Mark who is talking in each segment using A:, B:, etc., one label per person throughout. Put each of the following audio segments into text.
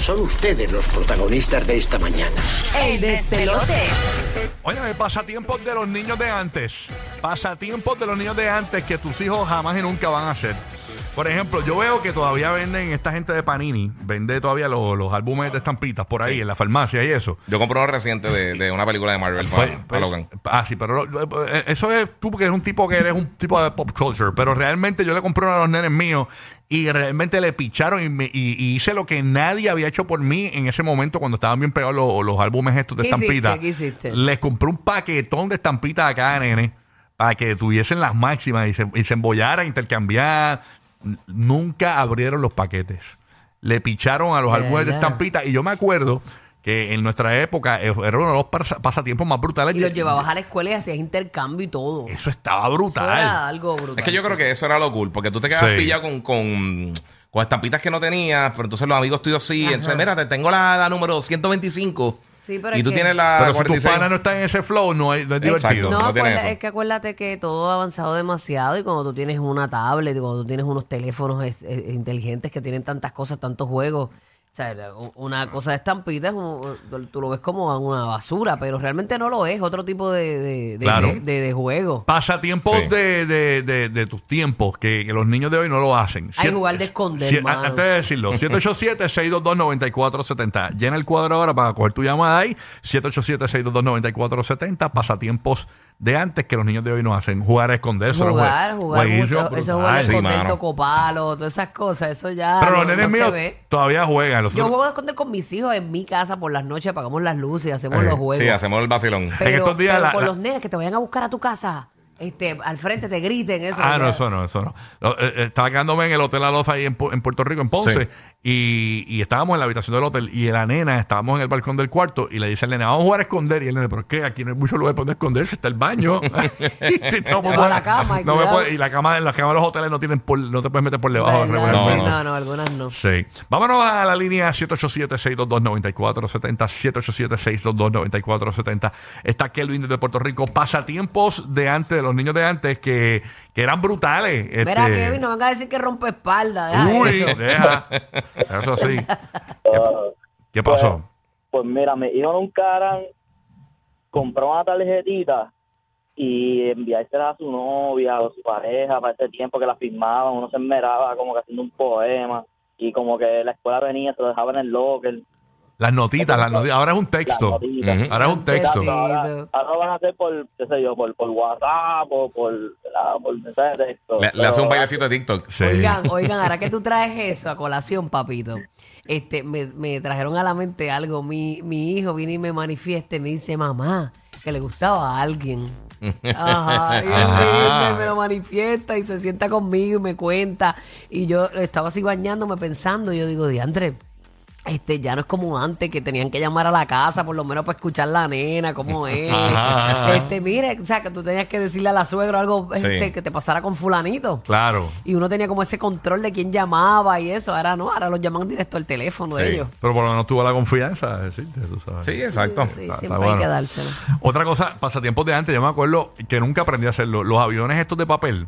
A: Son ustedes los protagonistas de esta mañana.
B: El despelote.
C: Óyeme, pasatiempos de los niños de antes. Pasatiempos de los niños de antes que tus hijos jamás y nunca van a hacer. Por ejemplo, yo veo que todavía venden esta gente de Panini, vende todavía los, los álbumes de estampitas por ahí en la farmacia y eso.
D: Yo compré uno reciente de, de una película de Marvel para,
C: Pues- pues-
D: para Logan.
C: Ah, sí, pero lo- eh, eso es tú porque eres un tipo que eres un tipo de pop culture. Pero realmente yo le compré uno a los nenes míos y realmente le picharon y, me- y- y hice lo que nadie había hecho por mí en ese momento cuando estaban bien pegados los, los álbumes estos de
B: ¿Qué hiciste?
C: estampitas.
B: ¿Qué hiciste?
C: Les compré un paquetón de estampitas a cada nene para que tuviesen las máximas y se, y se embollaran, intercambiar. N- Nunca abrieron los paquetes. Le picharon a los
B: ¿Verdad?
C: álbumes de estampitas y yo me acuerdo que en nuestra época eh, era uno de los pasa- pasatiempos más brutales.
B: Y los
D: Eh,
C: Yo-
B: llevabas a la escuela y hacías intercambio y todo.
C: Eso estaba
B: Eso
C: brutal.
B: era algo brutal.
D: Es que yo creo que eso era lo cool, porque tú te quedabas
C: pues, Sí.
D: pillado con, con, con estampitas que no tenías, pero entonces los amigos tuyos sí.
B: Ajá.
D: Entonces, mira, te tengo la, la número 125
B: Sí, pero
D: y
B: es
D: tú
B: que-
D: tienes la
C: Pero si tus
D: 46.
C: panas no están en ese flow, no, es- no es
D: Ah, Exacto.
C: divertido.
B: No,
D: no tiene
B: acuerda-
D: eso.
B: es que acuérdate que todo ha avanzado demasiado y cuando tú tienes una tablet, y cuando tú tienes unos teléfonos es- es- inteligentes que tienen tantas cosas, tantos juegos, o sea, la- u- una cosa de estampita, es un- tú lo ves como una basura, pero realmente no lo es, otro tipo de, de, de-
C: Claro.
B: de- de- de juego.
C: Pasatiempos
D: Sí.
C: de, de- de- de tus tiempos que, que los niños de hoy no lo hacen.
B: Hay
C: Siete-
B: jugar de esconder,
C: sie-
B: mano.
C: Antes de decirlo, 787-622-9470. Llena el cuadro ahora para coger tu llamada ahí. 787-622-9470. Pasatiempos de antes que los niños de hoy no hacen. Jugar a esconderse. los
B: Jugar,
C: jue- pues, ah,
B: jugar,
C: jueguitos
B: jugar, eso jugar
C: brutales.
D: Sí,
B: esconder,
D: mano.
B: tocopalo, todas esas cosas, eso ya
C: Pero los
B: Ah, no-
C: nenes
B: no se
C: míos
B: ve.
C: todavía juegan. Los
B: Yo
C: otros-
B: juego a esconder con mis hijos en mi casa por las noches, apagamos las luces y hacemos
C: Eh,
B: los juegos.
D: Sí, hacemos el vacilón.
B: Pero,
C: estos días
B: pero
C: la-
B: con
C: la-
B: los nenes que te vayan a buscar a tu casa, este, al frente te griten eso.
C: Ah,
B: ya.
C: no, eso no, eso no. Lo- eh, eh, Estaba quedándome en el Hotel Alofa ahí en, Pu- en Puerto Rico, en Ponce, y, y estábamos en la habitación del hotel y la nena, estábamos en el balcón del cuarto y le dice al nene, vamos a jugar a esconder. Y el nene, ¿pero qué? Aquí no hay mucho lugar donde esconderse, está el baño.
B: Te
C: no,
B: vas a la cama y
C: no me
B: cuidado.
C: puedes- y la cama, en las camas de los hoteles no, tienen por- no te puedes meter por debajo.
B: ¿Verdad?
C: Oh, regularmente.
B: Sí,
D: no.
B: no, no, algunas no.
C: Sí. Vámonos a la línea 787-622-9470. 787-622-9470. Está Kelvin desde Puerto Rico. Pasatiempos de antes, de los niños de antes, que, que eran brutales. Este...
B: Mira, Kevin, no venga a decir que rompe espalda. Deja
C: Uy,
B: eso.
C: deja. Eso sí. ¿Qué- ¿Qué pasó?
E: Pues mira, mis hijos nunca eran comprar una tarjetita y enviársela a su novia o a su pareja para ese tiempo que la firmaban, uno se enmeraba como que haciendo un poema y como que la escuela venía, se lo dejaban en el locker.
C: Las notitas, las notitas. Ahora es un
E: las
C: texto.
E: notitas.
D: Ujú.
C: Ahora es un texto.
B: Texto.
E: Ahora, ahora lo van a hacer por, qué sé yo, por, por WhatsApp o por, la- por mensaje de texto.
D: Le, le
E: Pero
D: hace un bailecito de TikTok.
C: Sí.
B: Oigan, oigan, ahora que tú traes eso a colación, papito, este, me, me trajeron a la mente algo. Mi, mi hijo viene y me manifiesta y me dice, mamá, que le gustaba a alguien. Ajá, y él
C: Ajá.
B: viene y me lo manifiesta y se sienta conmigo y me cuenta. Y yo estaba así bañándome pensando, y yo digo, diantre, este, ya no es como antes que tenían que llamar a la casa por lo menos para escuchar la nena, cómo es.
C: Ajá.
B: Este, mire, o sea, que tú tenías que decirle a la suegra algo
D: Sí.
B: este, que te pasara con fulanito.
C: Claro.
B: Y uno tenía como ese control de quién llamaba y eso. Ahora no, ahora los llaman directo al teléfono de
D: Sí. Ah,
B: ellos.
C: Pero por lo menos tuvo la confianza de decirte, tú sabes.
D: Sí, exacto.
B: Sí,
C: está
B: siempre hay
C: bueno.
B: que dárselo.
C: Otra cosa, pasatiempos de antes, yo me acuerdo que nunca aprendí a hacerlo. Los aviones estos de papel.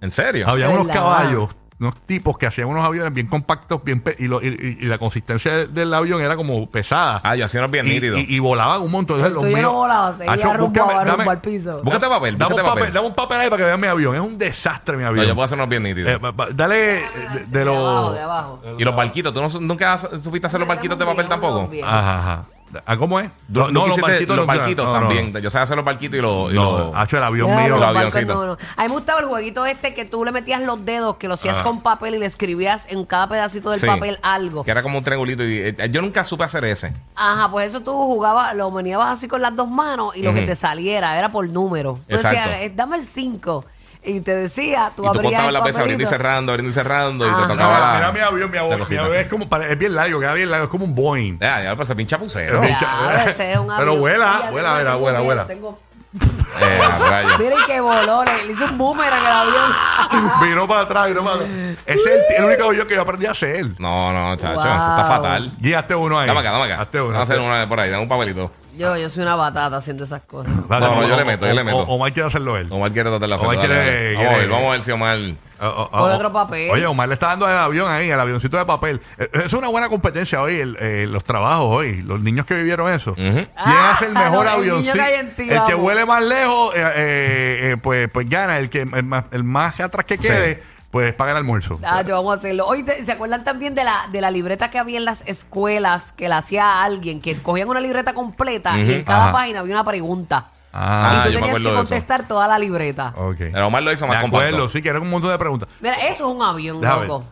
D: ¿En serio?
C: Había unos
B: ¿Verdad?
C: caballos, unos tipos que hacían unos aviones bien compactos, bien pe- y, lo- y- y- y la consistencia del, del avión era como pesada.
D: Ah, yo hacía unos bien
C: y,
D: nítidos.
C: y- y volaban un montón. Entonces, los
B: Tú yo
C: míos-
B: no volaba, seguía
C: Acho,
B: rumbo,
C: búscame-
B: rumbo
C: dame-
B: al piso.
D: Búscate papel,
C: Dame un
D: búscate
C: papel,
D: este papel.
C: dame un papel ahí para que vean mi avión. Es un desastre mi
D: No,
C: avión.
D: yo puedo hacer unos bien nítidos.
C: Eh, pa- pa- dale eh, de, de los.
B: abajo, Ah, de abajo.
D: y los barquitos. ¿Tú no su- nunca has- supiste hacer los barquitos de papel tampoco?
C: Ajá, ajá. Ah, ¿Cómo es?
D: No, los barquitos, los
C: nunca-
D: barquitos
C: no, no.
D: también. Yo sé hacer los barquitos y los... y
C: No,
D: los-
C: Hacho, el avión
B: Claro,
C: mío.
B: los barcos,
D: avioncito.
B: no, no. A mí me gustaba el jueguito este que tú le metías los dedos, que lo hacías
C: Ah.
B: con papel y le escribías en cada pedacito del
D: Sí.
B: papel algo.
D: Que era como un triangulito. Y, eh, yo nunca supe hacer ese.
B: Ajá, pues eso tú jugabas, lo meneabas así con las dos manos y lo que
D: Ujú.
B: te saliera era por número. Tú
D: Exacto.
B: decías, eh, dame el 5. Y te decía, tú
D: y tú
B: abrías
D: contabas
B: el
D: las veces abriendo y
B: papelito.
D: cerrando, abriendo y cerrando. Y
B: Ajá.
D: te tocaba la.
C: Mira, mira mi avión, mi
D: la
C: avión. Mi
D: cosita.
C: avión es, como, para- es bien largo, queda bien largo, es como un Boeing.
D: Ya, ya, pero se pincha pucero.
C: Pero-
D: Eh,
B: Claro, ese es un
C: Pero
B: avión.
C: vuela,
B: Ya,
C: vuela,
B: tengo-
C: mira,
B: tengo
C: vuela,
B: miedo,
C: vuela.
B: tengo-
D: Eh, a rayos.
B: Miren que voló, le, le hizo un boomerang al avión.
C: Vino para atrás, vino para atrás. Ese es el, el único avión que yo aprendí a hacer.
D: No, no, chacho,
B: Wow.
D: eso está fatal.
C: Y hazte uno ahí.
D: Dame acá, dame acá.
C: Hazte uno.
D: Vamos a hacer una por ahí, dame un papelito.
B: Yo, yo soy una batata haciendo esas cosas.
D: No, no, yo le meto, yo le meto.
C: O- Omar quiere hacerlo él.
D: Omar quiere tratar de hacerlo.
C: Omar
D: dale,
C: quiere-
D: dale.
C: quiere-
D: Vamos a ver, vamos a ver si Omar.
C: O- o-
B: Por
C: o-
B: otro papel.
C: Oye, Omar le está dando el avión ahí, el avioncito de papel. Eh, Es una buena competencia hoy, el, eh, los trabajos hoy, los niños que vivieron eso. ¿Quién
B: Ah,
C: hace el mejor
B: no, el niño
C: avioncito?
B: que hay
C: El,
B: en ti, vamos.
C: que huele más lejos, eh, eh, eh, pues, pues gana. El que el más, el más atrás que quede, pues paga el almuerzo.
B: Ah, yo vamos a hacerlo. Hoy ¿se acuerdan también de la, de la libreta que había en las escuelas que la hacía alguien? Que cogían una libreta completa y en cada
C: Ajá.
B: página había una pregunta.
C: Ah,
B: y
D: yo
B: tú tenías
D: me acuerdo
B: que
D: de eso.
B: contestar toda la libreta.
C: ok.
D: Ah, Pero Omar lo hizo
C: De
D: más
C: acuerdo,
D: compacto.
C: sí, que era un montón de preguntas.
B: Mira, eso es un avión,
C: Deja ver.
B: loco.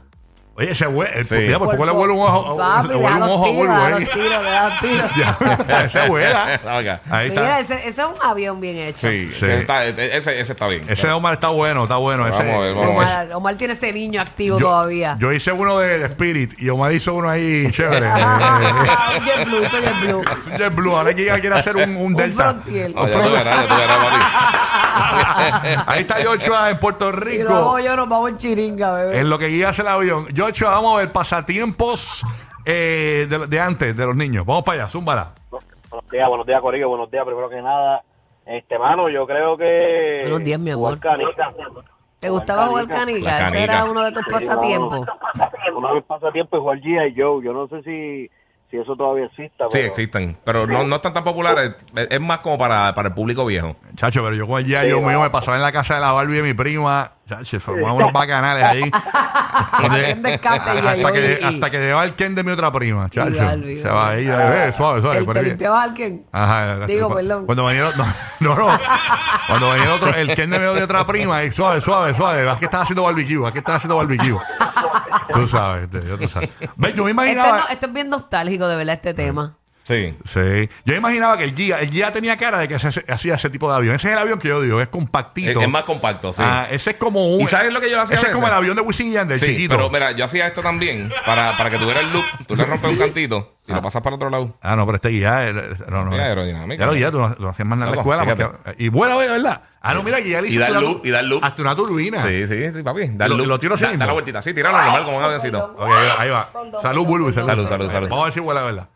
C: Oye, se vuelve.
D: Sí.
C: Mira, por poco le vuelve un ojo.
B: Papi,
C: le vuelve
B: deja
C: un
B: los
C: ojo a
B: tiros,
C: Bulbo,
B: deja
C: ¿eh?
B: los tiros, deja los tiros.
C: Ya, Esa abuela.
D: Venga.
C: Ahí está.
B: Mira, ese, ese es un avión bien hecho.
D: Sí,
C: Ah, Sí.
D: Ese, está, ese, ese está bien.
C: Ese de Omar está bueno, está bueno. Ese-
D: Vamos a ver, vamos a ver.
B: Omar, Omar tiene ese niño activo
C: Yo-
B: todavía.
C: Yo hice uno de, de Spirit y Omar hizo uno ahí chévere. Eh,
B: Soy Ah, blue, soy blue.
C: De Blue, ahora que ella quiere hacer un, un
B: Un
C: Delta.
B: frontier.
D: Ah, ya tú verás, ya tú verás,
C: Ahí está Joshua en Puerto
B: Si no
C: Rico.
B: vamos yo, nos vamos en chiringa, bebé.
C: en lo que guía hace el avión. Joshua, vamos a ver pasatiempos eh, de, de antes, de los niños. Vamos para allá, zúmbala.
E: ah, Buenos días, buenos días, Corillo. Buenos días, primero que nada. Este, mano, yo creo que.
B: Buenos días, mi amor.
E: jugar canica.
B: ¿Te gustaba jugar
D: La
B: canica? Ese
D: canica.
B: era uno de tus pasatiempos.
E: Uno de mis pasatiempos es jugar G.I. Joe. Yo no sé si, si eso todavía exista.
D: Sí,
E: pero-
D: existen. Pero no, no están tan populares. Es, es más como para, para el público viejo.
C: Chacho, pero yo con el día yo mío me pasaba en la casa de la Barbie de mi prima. Chacho, formamos unos bacanales ahí.
B: Haciendo escape y ahí
C: hasta, que,
B: y-
C: hasta que llegaba el Ken de mi otra prima. Chacho,
B: Barbie,
C: se va ahí, eh, suave, suave.
B: ¿Te,
C: por
B: te
C: ahí.
B: limpiabas al Ken?
C: Ajá.
B: Digo,
C: cu-
B: perdón.
C: Cuando venía, no, no, no. Cuando venía otro, el Ken de medio de otra prima, y suave, suave, suave. Vas que estás haciendo barbecue, vas que estás haciendo barbecue. tú sabes, te- yo tú sabes. Ve, yo
B: Esto,
C: me imaginaba.
B: es Este no- esto es bien nostálgico, de verdad, este tema.
D: Sí.
C: Sí. Yo imaginaba que el guía, el guía tenía cara de que se- se- hacía ese tipo de avión. Ese es el avión que yo digo, es compactito.
D: Es, es más compacto, sí.
C: Ah, ese es como un.
D: ¿Y sabes lo que yo hacía
C: Ese
D: a
C: es como el
D: veces?
C: avión de Wisin y Yandel,
D: sí,
C: chiquito.
D: pero mira, yo hacía esto también para, para que tuviera el look. Tú le rompes un cantito y lo pasas para el otro lado.
C: Ah, no, pero este guía. era- era- No, no,
D: Era
C: era-
D: aerodinámico.
C: Ya lo guía, tú no, tú no hacías más nada en la
D: No, no,
C: escuela.
D: fíjate.
C: porque- y vuela, oye, ¿verdad? Ah, no, mira, guía le
D: Y
C: hizo
D: da el
C: una-
D: loop, y da el loop.
C: Hasta una turbina.
D: Sí, sí, sí, papi. Da el
C: ¿Lo-
D: look.
C: lo tiro así
D: da,
C: mismo?
D: da la vueltita así, tíralo normal como un avioncito.
C: Ok, ahí va, ahí va. Salud, Bulbu. Salud,
D: Salud, salud, salud.
C: Vamos a ver si huele a verdad.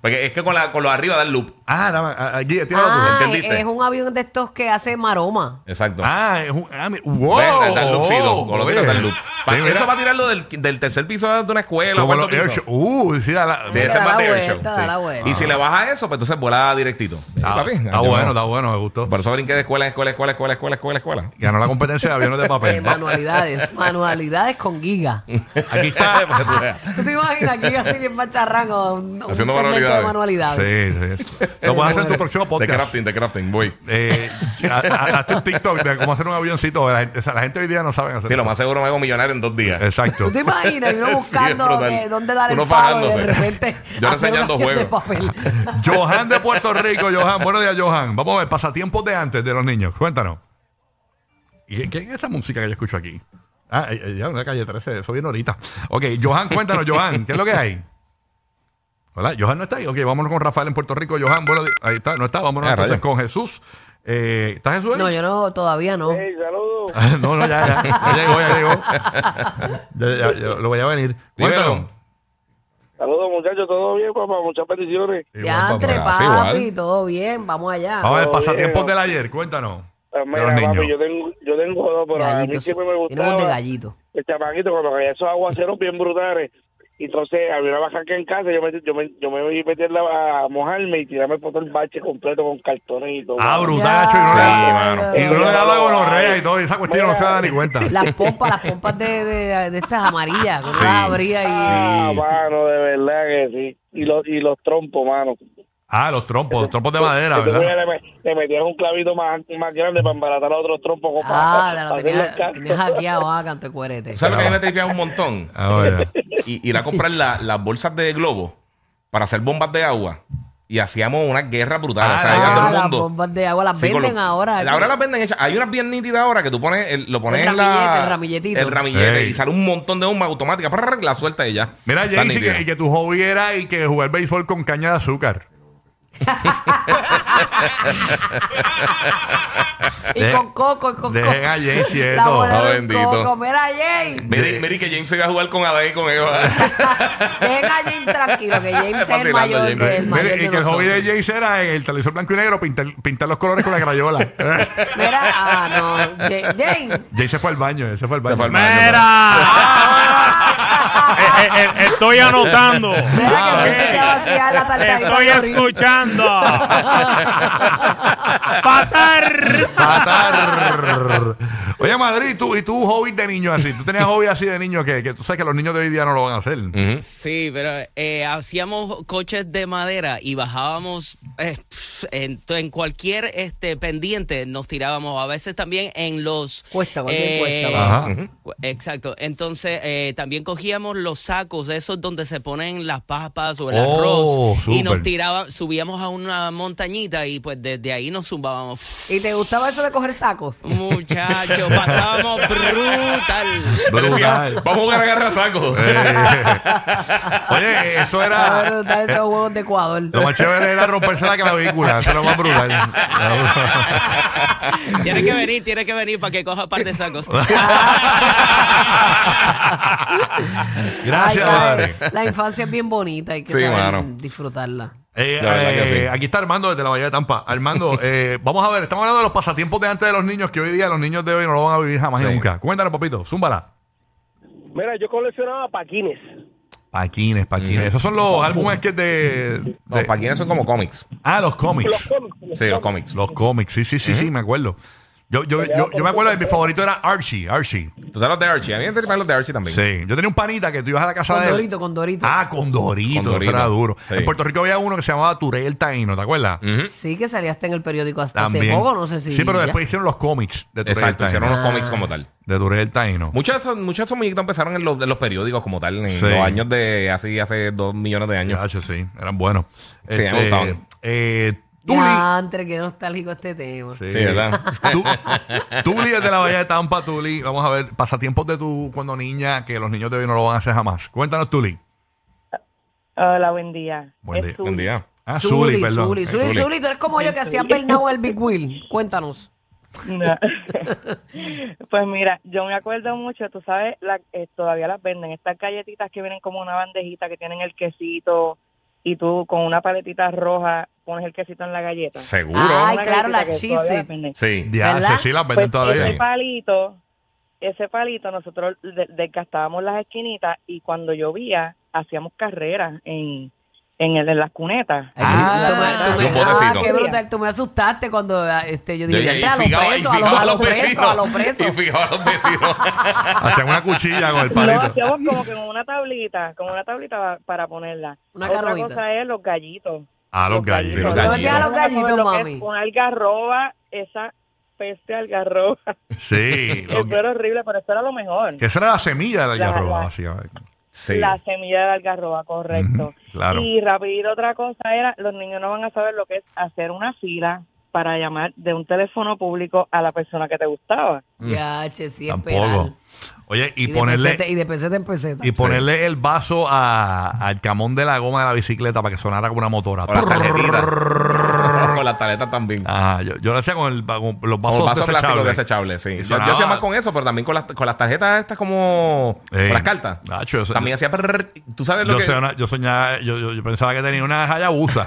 D: Porque es que con, la, con lo arriba da el loop.
C: Ah, dame, ah, aquí, tíralo tú.
B: Ah,
D: ¿entendiste?
B: es un avión de estos que hace maroma.
D: Exacto.
C: Ah, es un. Ah, mi- wow.
D: Ven, da- da el loopcito. O lo tiras,
C: Oye.
D: da el loop. Pa-
C: Sí, mira,
D: eso va a tirarlo del, del tercer piso de una escuela
C: Como
D: o cuarto
C: los
D: piso.
C: Airshow. Uh, sí, da la.
D: Sí,
B: Mira,
D: ese
B: da
D: es más
B: la
D: de
B: vuelta,
D: airshow,
B: da
D: sí.
B: la vuelta.
D: Y si le bajas eso, pues entonces vuela directito.
C: Ah,
D: Papi,
C: está
D: yo-
C: bueno, está bueno, me gustó.
D: Por eso brinqué de escuela en escuela, escuela, escuela, escuela, escuela, escuela.
C: Ganó la competencia de aviones de
B: Eh,
D: Pues
C: papel.
B: manualidades, manualidades con giga. Ah,
C: Aquí
D: Para que tú
C: está.
D: veas.
B: ¿Tú te imaginas giga así bien macharrango? Un, un segmento
D: Haciendo manualidades.
B: de manualidades.
C: sí, sí. Lo puedes hacer en tu próximo
D: De
C: podcast.
D: crafting, de crafting, voy.
C: Eh, ha- ha- Hazte un TikTok de cómo hacer un avioncito. La gente, o sea, la gente hoy día no sabe hacer.
D: Sí, lo más seguro me hago millonario en dos días.
C: Exacto.
B: ¿Tú te imaginas? Y uno
D: Sí,
B: buscando
D: es brutal.
B: que- dónde dar
D: Uno
B: el palo y de
D: fajándose.
B: repente hacer
D: Yo
B: un
D: reseñando
B: avión de
D: juegos.
B: papel.
C: Johan de Puerto Rico, Johan. Buenos días, Johan. Vamos a ver, pasatiempos de antes de los niños. Cuéntanos. ¿Y qué es esa música que yo escucho aquí? Ah, eh, eh, ya, una calle 13, eso viene ahorita. Ok, Johan, cuéntanos, Johan, ¿qué es lo que hay? Hola, Johan no está ahí. Ok, vámonos con Rafael en Puerto Rico. Johan, buenos días. Ahí está, no está. Vámonos
D: Ah,
C: entonces
D: rayos.
C: con Jesús. Eh, ¿Está Jesús? ahí?
B: No, yo no, todavía no.
E: Hey, saludos.
C: no, no, ya, ya. Ya llegó, ya llegó. Ya, ya, ya, lo voy a venir.
D: Dímelo.
C: Cuéntanos.
E: Saludos, muchachos. ¿Todo bien, papá? Muchas bendiciones.
B: Ya entre
D: papá. Sí,
B: papi,
D: igual. Ah,
B: todo bien, vamos allá.
C: Vamos a ver,
E: Todo
C: pasatiempos
E: bien.
C: del ayer, cuéntanos.
E: Ah,
C: De los
E: Mira, papi,
C: niños.
E: yo tengo, yo tengo dos, pero a mí
B: Gallitos.
E: siempre me
B: Tiene voz de
E: gustaba
B: gallito.
E: el chamaquito cuando caía esos aguaceros bien brutales. Entonces, había una baja que en casa, yo me, yo me, yo me iba a meterla a mojarme y tirarme por todo el bache completo con cartones y todo.
C: Ah, brutal,
B: Ya.
C: Nacho, y no le da-
D: Sí, mano.
C: Y uno le daba gonorrea y todo, y esa cuestión no se da ni cuenta.
B: Las pompas, las pompas de, de, de estas amarillas, con
D: Sí.
B: las abría y...
E: Ah,
D: Sí.
E: mano, de verdad que sí. Y los, y los trompos, mano.
C: Ah, los trompos, los trompos de madera,
E: Que tú
C: ¿verdad?
E: le, me- le metías un clavito más, más grande para embaratar a otros trompos. como
B: Ah,
E: para-
B: lo
E: para hacerle
B: tenía,
E: el canto.
B: tenía hackeado, ah, canto de cuerete.
D: ¿Sabes lo que a mí me tripeaba un montón?
C: Ah, vaya.
D: Y ir a comprar la- las bolsas de globo para hacer bombas de agua. Y hacíamos una guerra brutal.
C: Ah,
D: o sea,
C: la-
D: ya todo
B: Ah,
D: el
B: las
D: mundo.
B: bombas de agua las
D: Sí, con
B: venden
D: lo-
B: ahora.
D: Ahora las venden hechas. Hay unas bien nítidas ahora que tú pones el- lo pones
B: El
D: en la.
B: ramillete, el ramilletito.
D: el ramillete,
C: Sí.
D: y sale un montón de bombas automáticas. prrr, La suelta ella.
C: Mira, Jaycee, que, y que tu hobby era y que jugar béisbol con caña de azúcar.
B: Y
C: Deje-
B: con Coco, y con Coco.
C: dejen a Jay quieto.
B: La bola
D: Ah,
B: de
D: bendito.
B: Coco. Mira, Jay.
D: Miri, miri que James se va a jugar con Adán y con Eva.
B: Dejen a James tranquilo, que James es el
D: Vacilando,
B: mayor,
D: James.
B: de- el mayor
C: Mire,
B: de
C: y que el hobby de
B: nosotros.
C: Jace era el televisor blanco y negro pintar, pintar los colores con la crayola.
B: Mira, ah, no. Ja- James.
C: Jace se fue al baño, él se fue al baño.
D: fue al baño. Ah.
F: ¡Mira! Eh, eh, eh, estoy anotando.
B: Mira que
F: Ok.
B: James ya vacía la tarta de
F: Estoy
B: James.
F: escuchando. ¡Patar!
C: Matar. Oye, Madrid, ¿tú, y tú hobby de niño así. Tú tenías hobby así de niño que, que tú sabes que los niños de hoy día no lo van a hacer.
D: Ujú.
G: Sí, pero eh, hacíamos coches de madera y bajábamos eh, pf, en, to- en cualquier este pendiente, nos tirábamos a veces también en los
B: Cuesta, cualquier cuesta, va.
C: Ajá.
G: cu- Exacto. Entonces eh, también cogíamos los sacos esos donde se ponen las papas o el
C: Oh,
G: arroz y nos
C: súper.
G: tirábamos, subíamos a una montañita y pues desde ahí nos zumbábamos. Pf,
B: ¿Y te gustaba eso de coger sacos?
G: Muchachos, pasábamos brutal.
D: Le decía,
C: Brutal. Eh,
D: Vamos a jugar a agarrar saco.
C: Oye, eh, eso
B: Ah,
C: era.
B: brutal, esos juegos de Ecuador.
C: Lo más chévere era romperse la clavícula. Eso era más brutal.
G: Tiene que venir, tiene que venir para que coja un par de sacos.
C: Gracias,
B: Ay,
C: madre.
B: la- La infancia es bien bonita, hay que
D: Sí,
B: saber
D: mano.
B: disfrutarla.
C: Eh,
D: La verdad que
C: eh,
D: sí.
C: Aquí está Armando desde la Bahía de Tampa. Armando, eh, vamos a ver, estamos hablando de los pasatiempos de antes de los niños, que hoy día los niños de hoy no lo van a vivir jamás y
D: Sí.
C: nunca. Cuéntanos, papito, zúmbala.
H: Mira, yo coleccionaba paquines.
C: Paquines, paquines.
D: Ujú.
C: Esos son los álbumes que de,
D: No,
C: de-
D: para quienes son como cómics.
C: Ah, los cómics.
H: Los cómics.
D: Sí, los cómics.
C: Los cómics, sí, sí, sí, sí, me acuerdo. Yo, yo, yo, yo me acuerdo de mi favorito era Archie, Archie.
D: Tú sabes los de Archie. A mí me encantan los de Archie también.
C: Sí, yo tenía un panita que tú ibas a la casa
B: Con
C: de él.
B: Dorito, con Dorito.
C: Ah, con Dorito,
D: Condorito.
C: eso era duro.
D: Sí.
C: En Puerto Rico había uno que se llamaba Turel Taino, ¿te acuerdas?
D: Ujú.
B: Sí, que salías en el periódico hasta
C: También.
B: hace poco, no sé si.
C: Sí, pero
B: ya.
C: después hicieron los cómics de Turel
D: Exacto, hicieron
C: Taino.
D: los cómics
B: Ah.
D: como tal.
C: De Turel Taino.
D: Muchos de esos, muchos de esos muñequitos empezaron en los, en los periódicos como tal, en
C: Sí.
D: los años de así hace dos millones de años.
C: Muchachos, sí, eran buenos. Este,
D: Sí, me gustaban.
C: eh, Tuli.
B: Ya, entre que nostálgico este tema.
D: Sí, ¿verdad?
C: Tu- Tuli es de la Bahía de Tampa, Tuli. Vamos a ver, pasatiempos de tu cuando niña que los niños de hoy no lo van a hacer jamás. Cuéntanos, Tuli.
I: Hola, buen día.
C: Buen
I: Es
C: día.
D: Buen
I: Zuli.
D: día.
C: Ah, Zuli,
B: Zuli,
C: perdón.
B: Zuli, Zuli,
D: Zuli.
B: Zuli, tú eres como yo que hacía pernado el Big Wheel. Cuéntanos.
I: No. pues mira, yo me acuerdo mucho, tú sabes, la- eh, todavía las venden, estas galletitas que vienen como una bandejita que tienen el quesito y tú con una paletita roja pones el quesito en la galleta.
D: Seguro.
B: Ay,
I: Una
B: claro,
I: galletita
B: la
I: que todavía
B: cheese
I: las
B: it.
I: venden.
D: Sí.
C: Ya,
B: ¿Verdad?
C: sí, sí, las
I: Pues
C: venden todavía.
I: ese
D: Sí.
I: palito, ese palito nosotros de- desgastábamos las esquinitas y cuando llovía hacíamos carreras en, en, el, en las cunetas.
C: Ah,
B: Ay, tú me- tú me-
D: es un
B: ah,
D: botecito.
B: qué brutal. Tú me asustaste cuando ah, este, yo
D: Yo
B: dije,
D: llegué
B: "Entra a los
D: fijaba-
B: presos, a los,
D: fijaba
B: a los presos,
D: vecinos.
B: a los
D: Y
B: presos.
D: fijaba a los vecinos.
C: Hacían una cuchilla con el
I: Lo
C: palito.
I: hacíamos como que con una tablita, con una tablita pa- para ponerla.
B: Una
I: Otra
B: carobita.
I: cosa es los gallitos.
C: A Ah, los
D: Los
C: gallitos.
D: gallitos.
B: Yo a los gallitos,
I: Lo que es
B: mami.
I: Una algarroba, esa peste algarroba.
C: Sí. los-
I: Eso era horrible, pero eso era lo mejor.
C: que esa era la semilla de la
I: La-
C: algarroba.
I: la-
C: así, a ver.
D: Sí.
I: La semilla de algarroba, correcto.
C: Ujú, claro.
I: Y rapidito otra cosa era, los niños no van a saber lo que es hacer una fila para llamar de un teléfono público a la persona que te gustaba.
B: Ya, che, sí, esperar.
C: Tampoco. Oye, y,
B: de
C: ponerle.
B: peseta- y de peseta en peseta.
C: Y ponerle el vaso a- al camón de la goma de la bicicleta para que sonara como una motora.
D: Con las tarjetitas. con las tarjetas también.
C: Ah, yo, yo lo hacía con, el, con los
D: Con
C: vasos
D: los vasos plásticos
C: desechables.
D: desechables, sí.
C: Y
D: Yo,
C: sonaba-
D: yo hacía más con eso, pero también con las, con las tarjetas estas como...
C: Eh,
D: con las cartas.
C: Nacho, eso-
D: también hacía... prrr. Tú sabes lo
C: Yo,
D: que...
C: soñaba- yo soñaba, yo, yo- yo pensaba que tenía una hayabusa.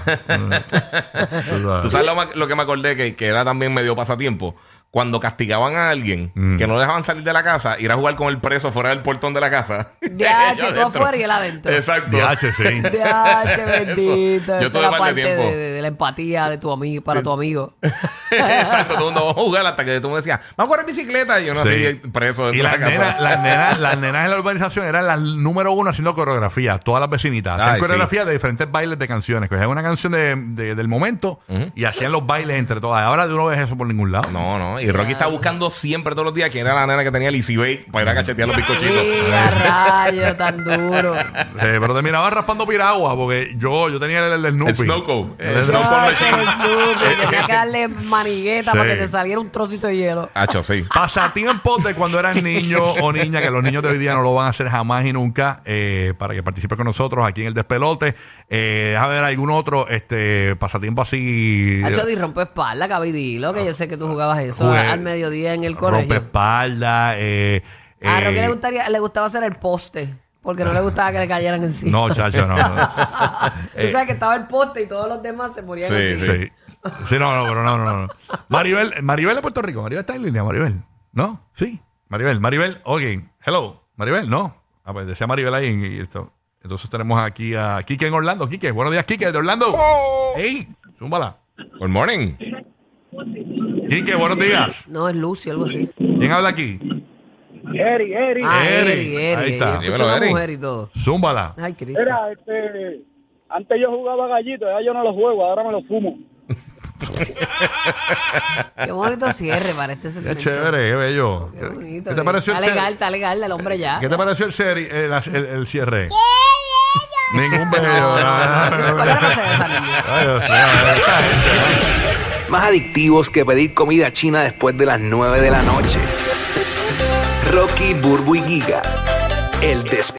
C: Mm.
D: Tú sabes lo, ma- lo que me acordé que, que era también medio pasatiempo. Cuando castigaban a alguien que no dejaban salir de la casa, ir a jugar con el preso fuera del portón de la casa.
B: Ya, che,
D: Yo
B: tú
D: dentro.
B: afuera y él adentro.
D: Exacto.
C: DH, sí.
B: Ya, che,
D: Eso.
B: bendito.
D: Yo
B: Esa
D: tuve
B: es la
D: mal de
B: parte de,
D: tiempo.
B: de- de la empatía de tu amigo para tu amigo.
D: Exacto, todo el mundo vamos a jugar hasta que tú me decías, vamos a correr bicicleta y yo no
C: Sí.
D: sé preso dentro
C: Y las
D: de la casa.
C: nenas, las, nenas, las nenas en la urbanización eran las número uno haciendo coreografía, todas las vecinitas. Hacían
D: Ay,
C: coreografía de diferentes bailes de canciones. Cogían una canción de, de- del momento y hacían los bailes entre todas. Ahora tú no ves eso por ningún lado.
D: No, no. Y Rocky está buscando siempre todos los días quién era la nena que tenía Lizzie Bay para ir a cachetear los bizcochitos.
B: Sí, a rayo, tan duro.
C: Eh, pero te miraba raspando piragua porque yo, yo tenía el, el, el Snoopy.
D: El Snowco. El
C: El
D: Snowco
B: Ay,
D: Machine.
B: Jesús, que Tenía que darle manigueta
C: Sí.
B: para que te saliera un trocito de hielo.
D: Hacho, sí.
C: Pasatiempos de cuando eras niño o niña, que los niños de hoy día no lo van a hacer jamás y nunca, eh, para que participe con nosotros aquí en el despelote. Eh, a ver, algún otro este pasatiempo así.
B: Hacho, di rompe espalda, cabidilo, que yo sé que tú jugabas eso
C: Jugué-
B: a- al mediodía en el
C: eh, Rompe
B: colegio.
C: espalda. Eh,
B: A
C: eh,
B: Ah, Roque le, gustaría, le gustaba hacer el poste, porque no le gustaba que le cayeran encima.
C: No, chacho, no. no.
B: Tú sabes que estaba el poste y todos los demás se morían
D: Sí,
B: así.
D: sí.
C: Sí. Sí, no, no, pero no, no, no. Maribel, Maribel de Puerto Rico. Maribel está en línea, Maribel. ¿No? Sí. Maribel, Maribel, ok. Hello. Maribel, no. Ah, pues decía Maribel ahí en- y esto. Entonces tenemos aquí a Quique en Orlando. Quique, buenos días, Quique, de Orlando. ¡Ey! Zúmbala.
D: Good morning.
C: Quique, buenos días.
B: No, es Lucio, algo así.
C: ¿Quién habla aquí?
H: Eri, Eri.
B: Ah,
C: Eri,
B: Eri, Eri.
C: ahí está.
B: Yo escucho
D: Dímelo,
B: a la
D: Eri.
B: mujer y todo.
C: Zúmbala.
B: Ay, Cristo.
H: Mira, este, antes yo jugaba gallito, ya yo no lo juego, ahora me lo fumo.
B: Qué bonito cierre para este
C: Qué
B: segmento.
C: chévere, qué bello.
B: Qué bonito.
C: ¿Qué te pareció
B: Está
C: el
B: legal,
C: cierre?
B: está legal del hombre ya.
C: ¿Qué te pareció el, cierre? el, el- el cierre? Ningún bello.
B: No, no, no. Eso, ¿por qué no se desalineó?
C: Ay, Dios mío.
J: Más adictivos que pedir comida china después de las 9 de la noche. Rocky, Burbu y Giga. El despelote.